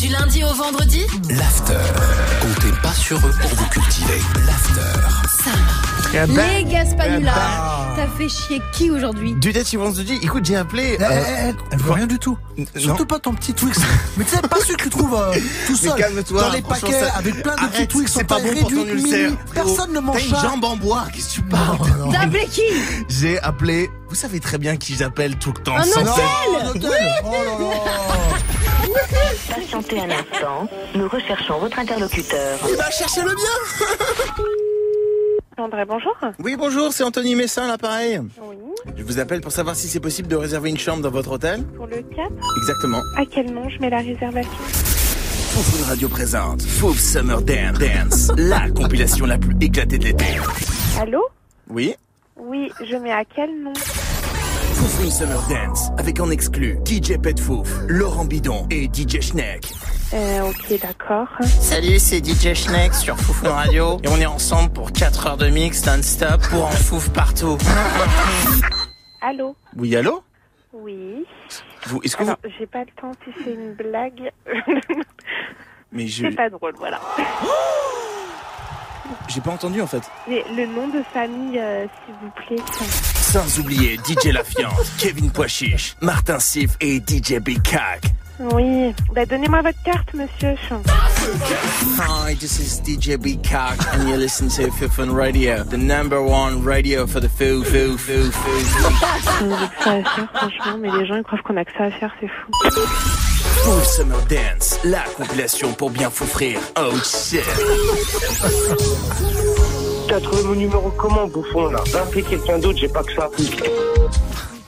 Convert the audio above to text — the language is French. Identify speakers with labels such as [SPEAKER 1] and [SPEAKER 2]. [SPEAKER 1] Du lundi au vendredi
[SPEAKER 2] L'after. Comptez pas sur eux pour vous cultiver. L'after.
[SPEAKER 3] Eh ben,
[SPEAKER 4] Les Gaspanula, t'as fait chier qui aujourd'hui
[SPEAKER 3] du date, Yvonne se dit, écoute, j'ai appelé.
[SPEAKER 5] Eh,
[SPEAKER 3] euh,
[SPEAKER 5] eh, eh, elle veut rien du tout. Surtout pas ton petit Twix. Mais tu sais, pas celui que tu trouves euh, tout seul.
[SPEAKER 3] calme-toi,
[SPEAKER 5] dans les
[SPEAKER 3] franchement,
[SPEAKER 5] paquets
[SPEAKER 3] ça-
[SPEAKER 5] avec plein de petits
[SPEAKER 3] arrête,
[SPEAKER 5] Twix en
[SPEAKER 3] c'est pas
[SPEAKER 5] taille
[SPEAKER 3] bon pour ton
[SPEAKER 5] réduite, mini.
[SPEAKER 3] ulcère.
[SPEAKER 5] Personne ne mange ça.
[SPEAKER 3] en bois, qu'est-ce que tu
[SPEAKER 5] Non, non, non.
[SPEAKER 4] T'as appelé qui
[SPEAKER 3] J'ai appelé. Vous savez très bien qui j'appelle tout le temps.
[SPEAKER 4] Un
[SPEAKER 3] sans
[SPEAKER 4] hôtel
[SPEAKER 3] cesse.
[SPEAKER 5] un hôtel. Oh là là.
[SPEAKER 6] Patientez un instant, nous recherchons votre interlocuteur.
[SPEAKER 3] Il va Oh, chercher le bien.
[SPEAKER 7] André, bonjour.
[SPEAKER 3] Oui, bonjour, c'est Anthony Messin, l'appareil.
[SPEAKER 7] Oui,
[SPEAKER 3] Je vous appelle pour savoir si c'est possible de réserver une chambre dans votre hôtel.
[SPEAKER 7] pour le 4,
[SPEAKER 3] Exactement.
[SPEAKER 7] à quel nom je mets la réservation
[SPEAKER 3] Foufou Radio présente Fouf Summer Dance Dance, la compilation la plus éclatée de l'été.
[SPEAKER 7] Allô
[SPEAKER 3] Oui.
[SPEAKER 7] Oui, je mets à quel nom
[SPEAKER 3] Foufou Summer Dance avec en exclu DJ Pet Fouf, Laurent Bidon et DJ Schneck.
[SPEAKER 7] euh, Ok, d'accord.
[SPEAKER 8] Salut, c'est DJ Schneck sur Foufou Radio et on est ensemble pour 4 heures de mix non-stop pour en fouf partout.
[SPEAKER 7] Allô
[SPEAKER 3] Oui, allô
[SPEAKER 7] Oui.
[SPEAKER 3] Vous, est-ce que vous...
[SPEAKER 7] Alors, j'ai pas le temps si c'est une blague.
[SPEAKER 3] Mais je,
[SPEAKER 7] c'est pas drôle, voilà.
[SPEAKER 3] j'ai pas entendu en fait.
[SPEAKER 7] Mais le nom de famille, euh, s'il vous plaît.
[SPEAKER 3] Sans oublier DJ Lafiance, Kevin Poichiche, Martin Sif et DJ Big Cac.
[SPEAKER 7] Oui. Bah, donnez-moi votre carte, monsieur.
[SPEAKER 8] Hi, this is DJ B Cock and you listen to Foufou Radio, the number one radio for the fou fou fou fou.
[SPEAKER 7] On a que ça à faire, franchement, mais les gens, ils croient qu'on a que ça à faire, c'est fou.
[SPEAKER 3] Full Summer Dance, la compilation pour bien foufrir. Oh shit
[SPEAKER 9] T'as trouvé mon numéro comment, bouffon, là Va appeler quelqu'un d'autre, j'ai pas que ça.